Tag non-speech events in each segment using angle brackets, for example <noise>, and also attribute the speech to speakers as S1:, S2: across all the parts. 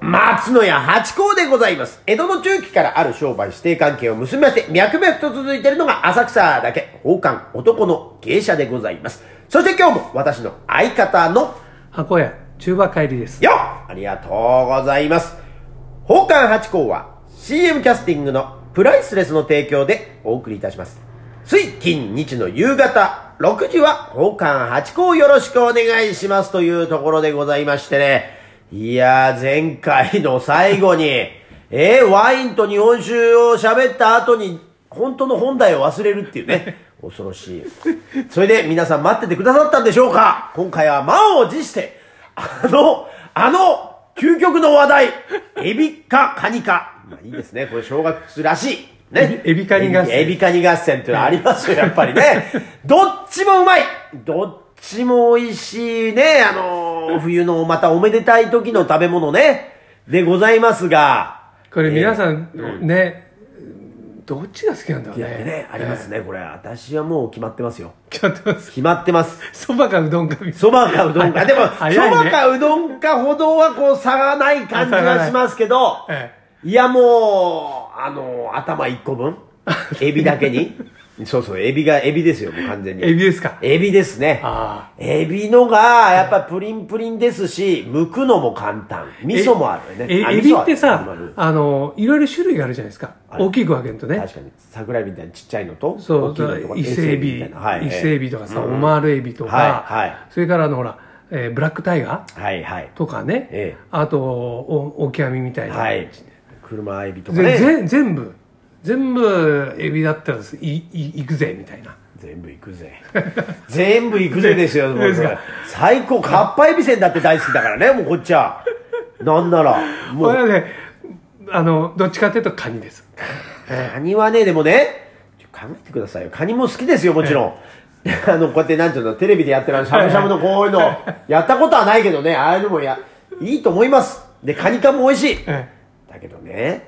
S1: 松野屋八甲でございます。江戸の中期からある商売指定関係を結びまして、脈々と続いているのが浅草だけ、宝冠男の芸者でございます。そして今日も私の相方の
S2: 箱屋中馬帰りです
S1: よありがとうございます。宝冠八甲は CM キャスティングのプライスレスの提供でお送りいたします。水金日の夕方6時は宝冠八甲よろしくお願いしますというところでございましてね。いやー、前回の最後に、 <laughs> えー、ワインと日本酒を喋った後に、本当の本題を忘れるっていうね。恐ろしい。それで皆さん待っててくださったんでしょうか今回は満を持して、あの、あの、究極の話題、エビかカニか。まあいいですね。これ小学生らしい。ね。
S2: エビエビカニ合戦
S1: エビカニ合戦っていうのありますよ、やっぱりね。どっちもうまいどっちも美味しいね、あの、冬のまたおめでたい時の食べ物ね、でございますが。
S2: これ皆さん、ねどっちが好きなんだろう
S1: い
S2: ね
S1: やね、ありますね、これ。私はもう決まってますよ。
S2: ちょっと
S1: 決まってます。
S2: そばかうどんかみたい
S1: そばかうどんか。でも、そば、
S2: 早いね
S1: かうどんかほどはこう差がない感じがしますけど、
S2: な、え
S1: いやもう、あの、頭1個
S2: <laughs>
S1: 分。エビだけに。そうそう、エビが、エビですよ、もう完全に。
S2: えエビですか
S1: エビですね。
S2: あ
S1: エビのが、やっぱプリンプリンですし、剥くのも簡単。味噌もあるよね。
S2: え
S1: あ
S2: エ
S1: 味
S2: ビ
S1: 噌は
S2: ってさ
S1: ある
S2: あのいろいろ種類があるじゃないですか
S1: る
S2: 大きく分けるとね
S1: 確かに。桜エビみたいにちっちゃいのと、
S2: そ
S1: 大きいのとか、
S2: う伊勢エビ
S1: みたいなはい。
S2: 伊勢エビとかさ、オマールエビとか、
S1: はいはい
S2: それからあのほら、えーブラックタイガー
S1: はいはい。
S2: とかね、
S1: ええ
S2: あとおオキアミみたいな、
S1: はい。車エビとか
S2: ぜ
S1: ね。
S2: ぜ全部全部エビだったらいい行くぜみたいな
S1: 全部行くぜ <laughs> 全部行くぜですよ僕
S2: ですか
S1: 最高かっぱえびせんだって大好きだからねもうこっちはなんならも
S2: これ
S1: う
S2: はねあのどっちかっていうとカニです
S1: カニはねでもねちょ考えてくださいよカニも好きですよもちろん <laughs> あのこうやってなんていうのテレビでやってるあのしゃぶしゃぶのこういうのやったことはないけどねああいうのもやいいと思いますでカニ缶も美味しい
S2: え
S1: だけどね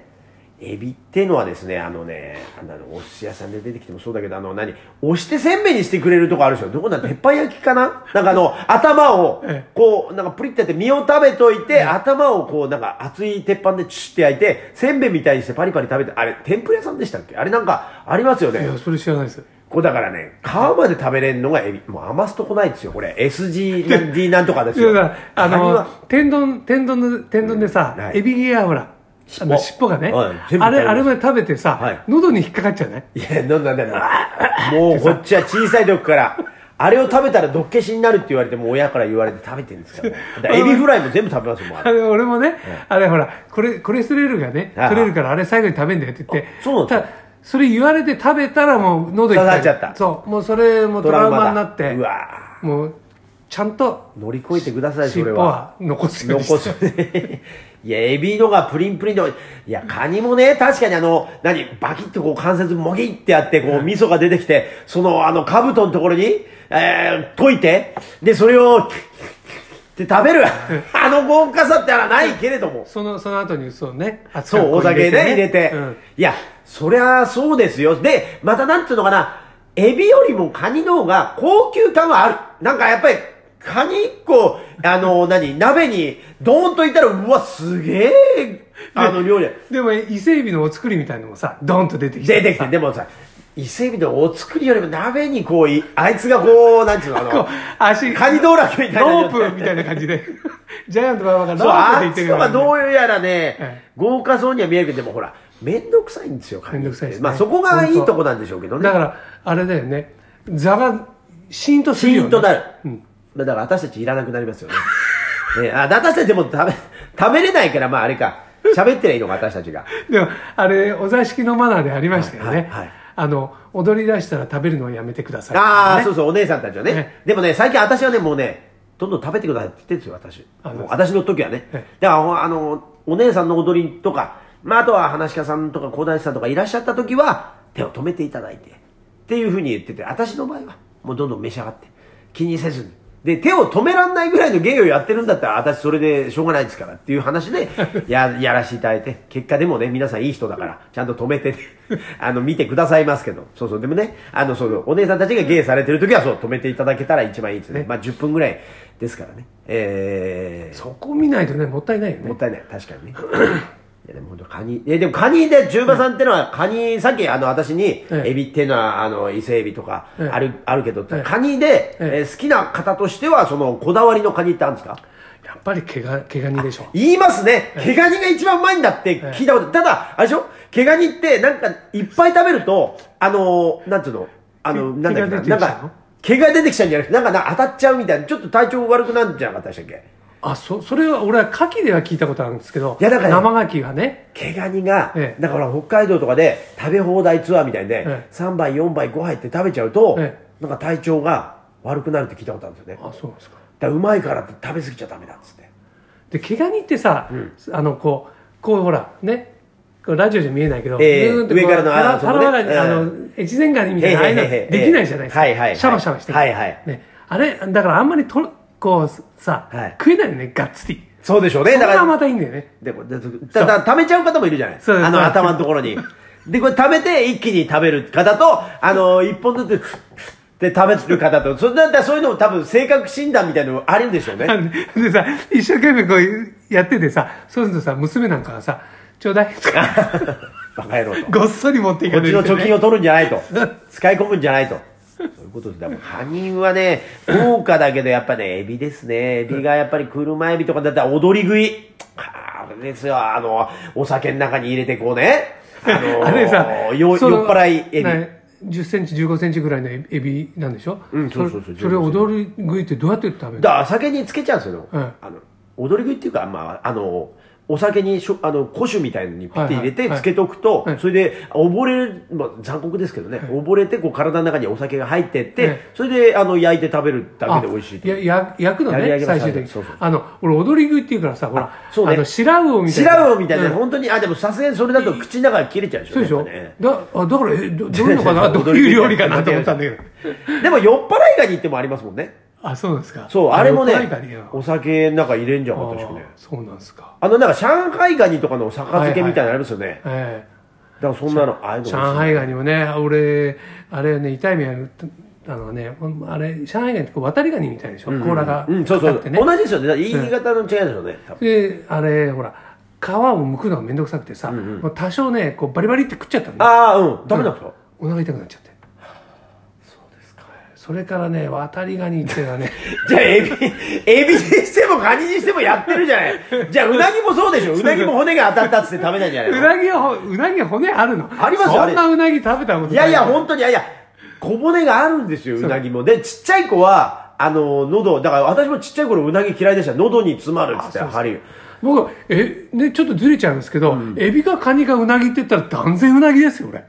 S1: エビってのはですねあのねあのお寿司屋さんで出てきてもそうだけどあの何押してせんべいにしてくれるとこあるでしょどこなん鉄板焼きかななんかあの頭を
S2: え
S1: こうなんかプリってやって身を食べといて頭をこうなんか熱い鉄板でチュッて焼いてせんべいみたいにしてパリパリ食べてあれ天ぷら屋さんでしたっけあれなんかありますよ
S2: えい
S1: ね
S2: やそれ知らないです
S1: こうだからね皮まで食べれんのがエビもう余すとこないんですよこれ SGD なんとかです
S2: いや
S1: よ
S2: だからあ
S1: カニ
S2: の
S1: は
S2: 天丼天丼の天丼でさ、
S1: はい
S2: エビがほらあの尻尾がね、
S1: はい全部
S2: あれ
S1: 食べます
S2: あれまで食べてさ、
S1: はい
S2: 喉に引っかかっちゃうね
S1: いや、なんだ
S2: <laughs>
S1: なんだ。もうこっちは小さい時から、あれを食べたら毒消しになるって言われて、もう親から言われて食べてるん
S2: <laughs>
S1: ですから。だからエビフライも全部食べますよ、もうあ
S2: あ
S1: れ。
S2: れ俺もね、あれほらこれコレステロールがね
S1: はい
S2: 取れるからあれ最後に食べんだよって言って
S1: あそうなんです
S2: た
S1: か
S2: だそれ言われて食べたらもう喉い
S1: 刺さっちゃった
S2: そうもうそれもトラウマになって
S1: うわ
S2: もうちゃんと
S1: 乗り越えてください、そ
S2: 尻
S1: れ
S2: 尾
S1: は。
S2: は残すようにして
S1: 残す。 <laughs> いや、エビのがプリンプリンの。いや、カニもね、確かにあの、何、バキッとこう関節もぎってやって、こう、味噌が出てきて、その、あの、兜のところに、えー、溶いて、で、それを、って食
S2: <laughs>
S1: べる。あの豪華さってあらないけれども。
S2: そのその後にそうね熱
S1: そう、
S2: 燗
S1: お
S2: こ
S1: 酒ね、入れて。
S2: うん
S1: いや、そりゃそうですよ。で、またなんていうのかな、エビよりもカニの方が高級感はある。なんかやっぱり、カニ1個、あ <laughs> の、何、鍋に、ドーンといたら、うわ、すげえ、あの料理。
S2: でも伊勢エビのお作りみたいのもさドンと出てきて
S1: 出てきて、でもさ、伊勢海老のお作りよりも鍋にこうい、あいつがこう、なんていうの、あ
S2: こう
S1: の、
S2: 足
S1: カニ道楽みたいな
S2: ロープみたいな感じで <laughs> ジャイアント馬場が
S1: そう、
S2: ロープって
S1: あ
S2: 言
S1: っ
S2: って
S1: ち
S2: る
S1: の
S2: よう
S1: が
S2: な
S1: どうやらね、
S2: え
S1: 豪華そうには見えるけど、でもほら、めんどくさいんですよ、カニ
S2: めんどくさいですね
S1: まあそこがいいとこなんでしょうけどね
S2: だ。からあれだよね座がシーンとす
S1: シ
S2: るよ、ね、
S1: ーンとなる。だから私たちいらなくなりますよね。 <laughs> ねあ私たちでも食べ、食べれないから、まああれか。喋ってりゃいいのか、私たち <laughs> が。
S2: でもあれお座敷のマナーでありましたよね、
S1: はいはい
S2: あの踊り出したら食べるのはやめてください
S1: ああ、そううそう、お姉さんたちはね。
S2: ね
S1: でもね、最近私はね、もうね、どんどん食べてくださいって言ってるんですよ、
S2: あ
S1: 私。もう私の時はね。だから、あの、お姉さんの踊りとか、まあ、あとは、話し家さんとか、講談師さんとかいらっしゃった時は、手を止めていただいて、っていうふうに言ってて、私の場合は、もうどんどん召し上がって、気にせずに。で、手を止めらんないぐらいの芸をやってるんだったら、私それでしょうがないですからっていう話で、や、やらせていただいて、結果でもね、皆さんいい人だから、ちゃんと止めてね、 <laughs> あの、見てくださいますけど、そうそう、でもね、あの、そう、お姉さんたちが芸されてる時は、そう、止めていただけたら一番いいですね。まあ、10分ぐらい、ですからね。え
S2: そこ見ないとね、もったいないよ
S1: ー、もっ
S2: ね。
S1: たいない。確かにね。いやでも本当カニ。え、でもカニで、中馬さんってのは、カニ、さっきあの、私に、
S2: ええ
S1: エビっていうのは、あの、伊勢エビとか、
S2: ええ
S1: ある、あるけどって
S2: ええ
S1: カニで、
S2: ええ
S1: えー好きな方としては、その、こだわりのカニってあるんですか
S2: やっぱり毛が、毛ガニでしょ。
S1: 言いますね。毛ガニが一番うまいんだって聞いたこと、ただ、あれでしょ毛ガニって、なんか、いっぱい食べると、あのー、なんていうのあの、
S2: 毛
S1: なんだっけな、
S2: 毛が出
S1: なんか、毛が出て
S2: てきちゃうの
S1: きちゃうんじゃなくて、なんかな当たっちゃうみたいな、ちょっと体調悪くなるんじゃなかったでしたっけ
S2: あ、そ、それは俺は牡蠣では聞いたことあるんですけど、
S1: いやだから
S2: 生牡蠣がね、
S1: 毛ガニが、
S2: ええ
S1: だから北海道とかで食べ放題ツアーみたいで、
S2: ええ
S1: 3杯、4杯、5杯って食べちゃうと、
S2: え
S1: なんか体調が悪くなるって聞いたことあるんですよね。だか
S2: あ、そうなんですか。
S1: らうまいからって食べ過ぎちゃダメだっつって。
S2: で、毛ガニってさ、あの、こう、こうほら、ね、こうラジオじゃ見えないけど、
S1: ええ
S2: ぐーんとこう
S1: 上からのあ
S2: た
S1: そ
S2: ら
S1: うね
S2: たらわらに、
S1: ええ
S2: あの、越前ガニみたいな、ああいうの
S1: へいへいへいへい
S2: できないじゃないですか。
S1: はいはいはい
S2: シャバシャバして。
S1: はいはい
S2: ね。あれ、だからあんまりと、こう、さ、
S1: はい
S2: 食えないよね、がっつり。
S1: そうでしょうね。
S2: それ
S1: だから
S2: がまたいいんだよね。
S1: でもでただ、溜めちゃう方もいるじゃない
S2: そう
S1: あの、
S2: そう
S1: 頭のとこ <laughs> ろに。で、これ溜めて一気に食べる方と、あの、一本ずつ、ふっふっって食べてる方と、それだったらそういうのも多分性格診断みたいなのあるんでしょう <laughs> ね。
S2: でさ、一生懸命こうやっててさ、そうするとさ、娘なんかがさ、ちょうだいとか、
S1: <laughs> バカ野郎と。こ
S2: ごっそり持っていか
S1: っ
S2: れ
S1: ち
S2: るよ
S1: の
S2: ね、
S1: 貯金を取るんじゃない
S2: <laughs>
S1: と
S2: うん。
S1: 使い込むんじゃないと。そういうことです。だから、他人はね、豪華だけど、やっぱね、エビですね。エビがやっぱり車エビとかだったら踊り食い。あーあれですよ、あの、お酒の中に入れてこうね。あの
S2: <laughs> あれさ、
S1: よ酔っ
S2: その
S1: 払いエビ。
S2: ね10センチ、15センチぐらいのエビエビなんでしょ
S1: うんそうそうそう
S2: れれを踊り食いってどうやって食べるの
S1: だから酒につけちゃうんですよ、
S2: うん
S1: あの踊り食いっていうか、まあ、あのお酒にしょあの古酒みたいのにピッて入れ
S2: は
S1: て
S2: いはい
S1: つけとくと、
S2: はい
S1: それで溺れる、まあ、残酷ですけどね、溺れてこう体の中にお酒が入ってって、
S2: はい
S1: それであの焼いて食べるだけで美味しいと
S2: やや焼くの
S1: やり上
S2: ね
S1: げま
S2: 最
S1: す
S2: 終的に
S1: そうそう
S2: あの俺踊り食いっていうからさほら
S1: そうね
S2: の白魚みたいな
S1: 白魚みたいな、
S2: うん
S1: 本当にあでもさすがにそれだと口の中が切れちゃうでしょ
S2: そうでしょ、
S1: やっぱね
S2: だあだからえどどういうのかな
S1: <laughs>
S2: どういう料理かなと思ったんだけど
S1: でも酔っ払いがに行ってもありますもんね
S2: あそうなんですか
S1: そうあれもね
S2: 酔っ払いがよ
S1: お酒の中入れんじゃん
S2: あ
S1: 私ね
S2: ーそうなんですか
S1: あのなんか上海ガニとかの酒漬けみたいなのありますよね、
S2: ええ
S1: だからそんなのああいうの
S2: 上海ガニもね、俺、あれね、痛い目やるあのね、あれ、上海ガニってこう渡りガニみたいでしょ、甲羅が。
S1: うん、そうそう。
S2: 硬くてね。
S1: 同じですよね。だから言い方の違いですよね。多分
S2: で、あれ、ほら、皮を剥くのがめんどくさくてさ、もう多少ね、こうバリバリって食っちゃったのね
S1: ああ、うん。ダメなんですか
S2: お腹痛くなっちゃって。そうですか。それからね、渡りガニっていうのはね、
S1: じゃあ、エビ、 <laughs> エビにしてもカニにしてもやってるじゃない。じゃあ、うなぎもそうでしょ。うなぎも骨が当たったっつって食べないんじゃないうの
S2: なぎは、うなぎは骨あるの。
S1: ありますよあ
S2: そ
S1: れ
S2: んなうなぎ食べたことない
S1: いやいや、本当に、いやいや、小骨があるんですよ、うなぎも。で、ちっちゃい子は、あの、喉、だから私もちっちゃい頃うなぎ嫌いでした。喉に詰まるっつって、針。
S2: 僕、え、ね、ちょっとずれちゃうんですけど、エビかカニかうなぎって言ったら断然うなぎですよ、俺。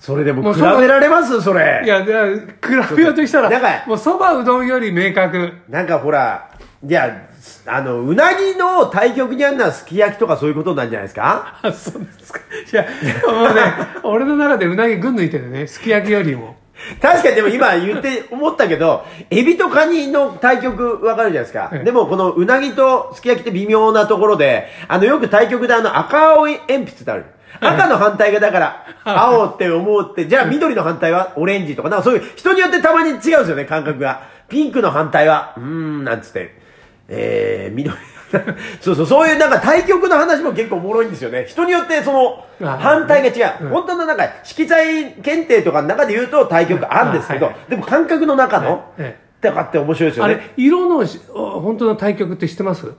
S1: それで
S2: も
S1: も
S2: う
S1: 比
S2: そんな
S1: べられますそれ。
S2: いや、いや比べようとした
S1: だから
S2: ら、もうそばうどんより明確。
S1: なんかほら、いや、あの、うなぎの対極にあるのはすき焼きとかそういうことなんじゃないですか
S2: <laughs> あ、そうですか。いや、もうね、俺の中でうなぎぐん抜いてるね、すき焼きよりも。
S1: 確かにでも今言って思ったけど、エビとカニの対局わかるじゃないですか
S2: え。え
S1: でもこのうなぎとすき焼きって微妙なところで、あのよく対局であの赤青い鉛筆ってある。赤の反対がだ
S2: <laughs>
S1: から、青って思うって、じゃあ緑の反対はオレンジとか、なんかそういう人によってたまに違うんですよね、感覚が。ピンクの反対は、うーん、なんつって。えー、緑。 <laughs> そうそう、そういうなんか対局の話も結構おもろいんですよね。人によってその
S2: あ
S1: 反対が違う。
S2: うん
S1: 本当のなんか色彩検定とかの中で言うと対局あるんですけど、
S2: あはい
S1: でも感覚の中の、
S2: え
S1: だからって面白いですよ
S2: あ
S1: ね。
S2: れ、色のしお本当の対局って知ってます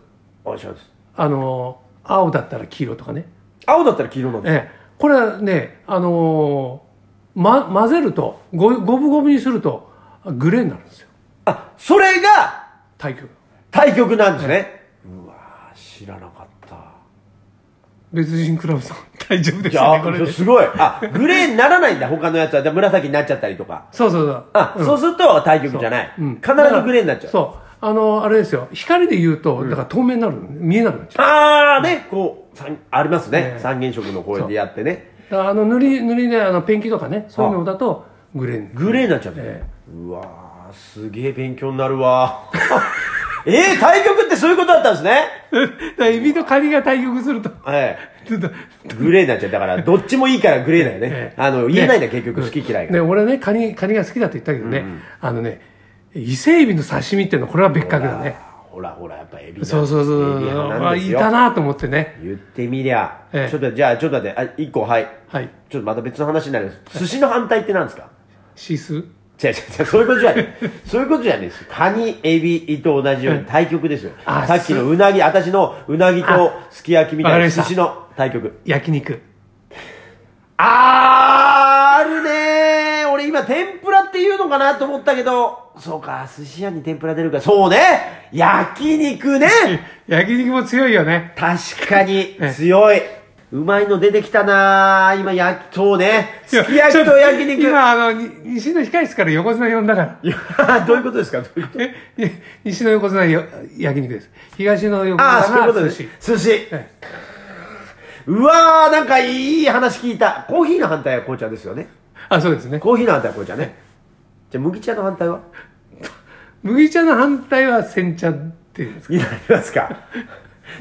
S1: 面白いです。
S2: あの、青だったら黄色とかね。
S1: 青だったら黄色なんです。
S2: ええ。これはね、あのーま、混ぜると、ご、五分五分にすると、グレーになるんですよ。
S1: あ、それが
S2: 対局。
S1: 対局なんですね。うわー知らなかった。
S2: 別人クラブさん、大丈夫です
S1: じゃ
S2: よ
S1: あ、
S2: ね、これ
S1: そ
S2: で。
S1: う
S2: そ
S1: す
S2: う
S1: ごい。あ、グレーにならないんだ、他のやつは。で紫になっちゃったりとか。
S2: そうそう。
S1: あ、そうすると対局じゃない。必ずグレーになっちゃう。
S2: そう。あの、あれですよ。光で言うと、だから透明になるのね、見えなくなっちゃ
S1: あーね、こう、三ありますね
S2: え。え
S1: 三原色の公園でやってね。
S2: う。だからあの、塗り、塗りね、あの、ペンキとかね、そういうのだと、グレーに。
S1: グレーになっちゃうんだよね。うわー、すげえ勉強になるわ。 <laughs> えー、対局ってそういうことだったんですね。
S2: <laughs> だからエビとカニが対局すると、 <laughs>
S1: はい。
S2: ちょっと、
S1: グレーになっちゃう。だ
S2: <laughs>
S1: から、どっちもいいからグレーだよね
S2: え。え
S1: あの、言えないんだ、結局、好き嫌いが。
S2: ね、俺ね、カニ、カニが好きだって言ったけどね、あのね、伊勢エビの刺身っていうのはこれは別格だね
S1: ほらほらやっぱエビな
S2: そうそうそう
S1: エビ派な
S2: あ
S1: んです
S2: い
S1: よ
S2: たなと思ってね
S1: 言ってみりゃ、
S2: ええ
S1: ちょっとじゃあちょっと待ってあ一個はい
S2: はい
S1: ちょっとまた別の話になります寿司の反対って何ですか
S2: シス
S1: 違う違う違うそういうことじゃ
S2: <laughs>
S1: ないそういうことじゃないですカニエビと同じように対局ですよ
S2: あ
S1: さっきのうなぎ私のうなぎとすき焼きみた
S2: わ
S1: い
S2: かり
S1: な
S2: まし
S1: 寿司
S2: た
S1: の対局
S2: 焼肉
S1: あーあるねー俺今天ぷらっていうのかなと思ったけどそうか寿司屋に天ぷら出るからそうね焼肉
S2: <laughs>
S1: ね
S2: 焼肉も強いよね
S1: 確かに強いうまいの出てきたなー今焼きそうねすき焼きと焼
S2: いやちょっ
S1: 肉
S2: と
S1: いや
S2: 今あのに西の控室から横綱呼んだから
S1: どういうことですかどういうこと
S2: えい西の横綱よ焼肉です東の横
S1: ああそうい
S2: 綱
S1: うこと
S2: が
S1: で
S2: 寿
S1: す
S2: 司
S1: 寿司
S2: え
S1: うわーなんかいい話聞いたコーヒーの反対は紅茶ですよね
S2: あそうですね
S1: コーヒーの反対は紅茶ねじゃあ麦茶の反対は
S2: 麦茶の反対は煎茶っていうんですか
S1: になりますか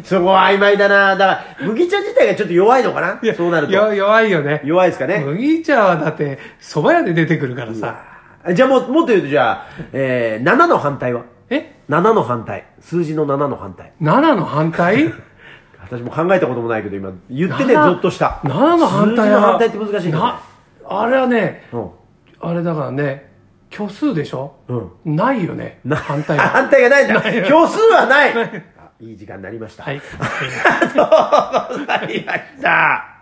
S1: そこは曖昧だなだから麦茶自体がちょっと弱いのかない
S2: や
S1: そうなる
S2: よ
S1: と
S2: 弱いよね
S1: 弱いですかね
S2: 麦茶はだって蕎麦屋で出てくるからさ
S1: じゃあもうもっと言うとじゃあ、えー、7の反対は
S2: え
S1: 7の反対数字の7の反対
S2: 7の反対
S1: <laughs> 私も考えたこともないけど今言ってねゾ
S2: な
S1: ッとした
S2: 7の反対
S1: 数字の
S2: は
S1: 反対って難しいね
S2: なあれはね
S1: うん
S2: あれだからね虚数でしょ、
S1: うん
S2: ないよね
S1: な
S2: 反
S1: <laughs>
S2: 対は
S1: 反対がないんだ虚数 <laughs>
S2: <laughs>
S1: はないあいい時間になりました
S2: はい
S1: ありがとうございました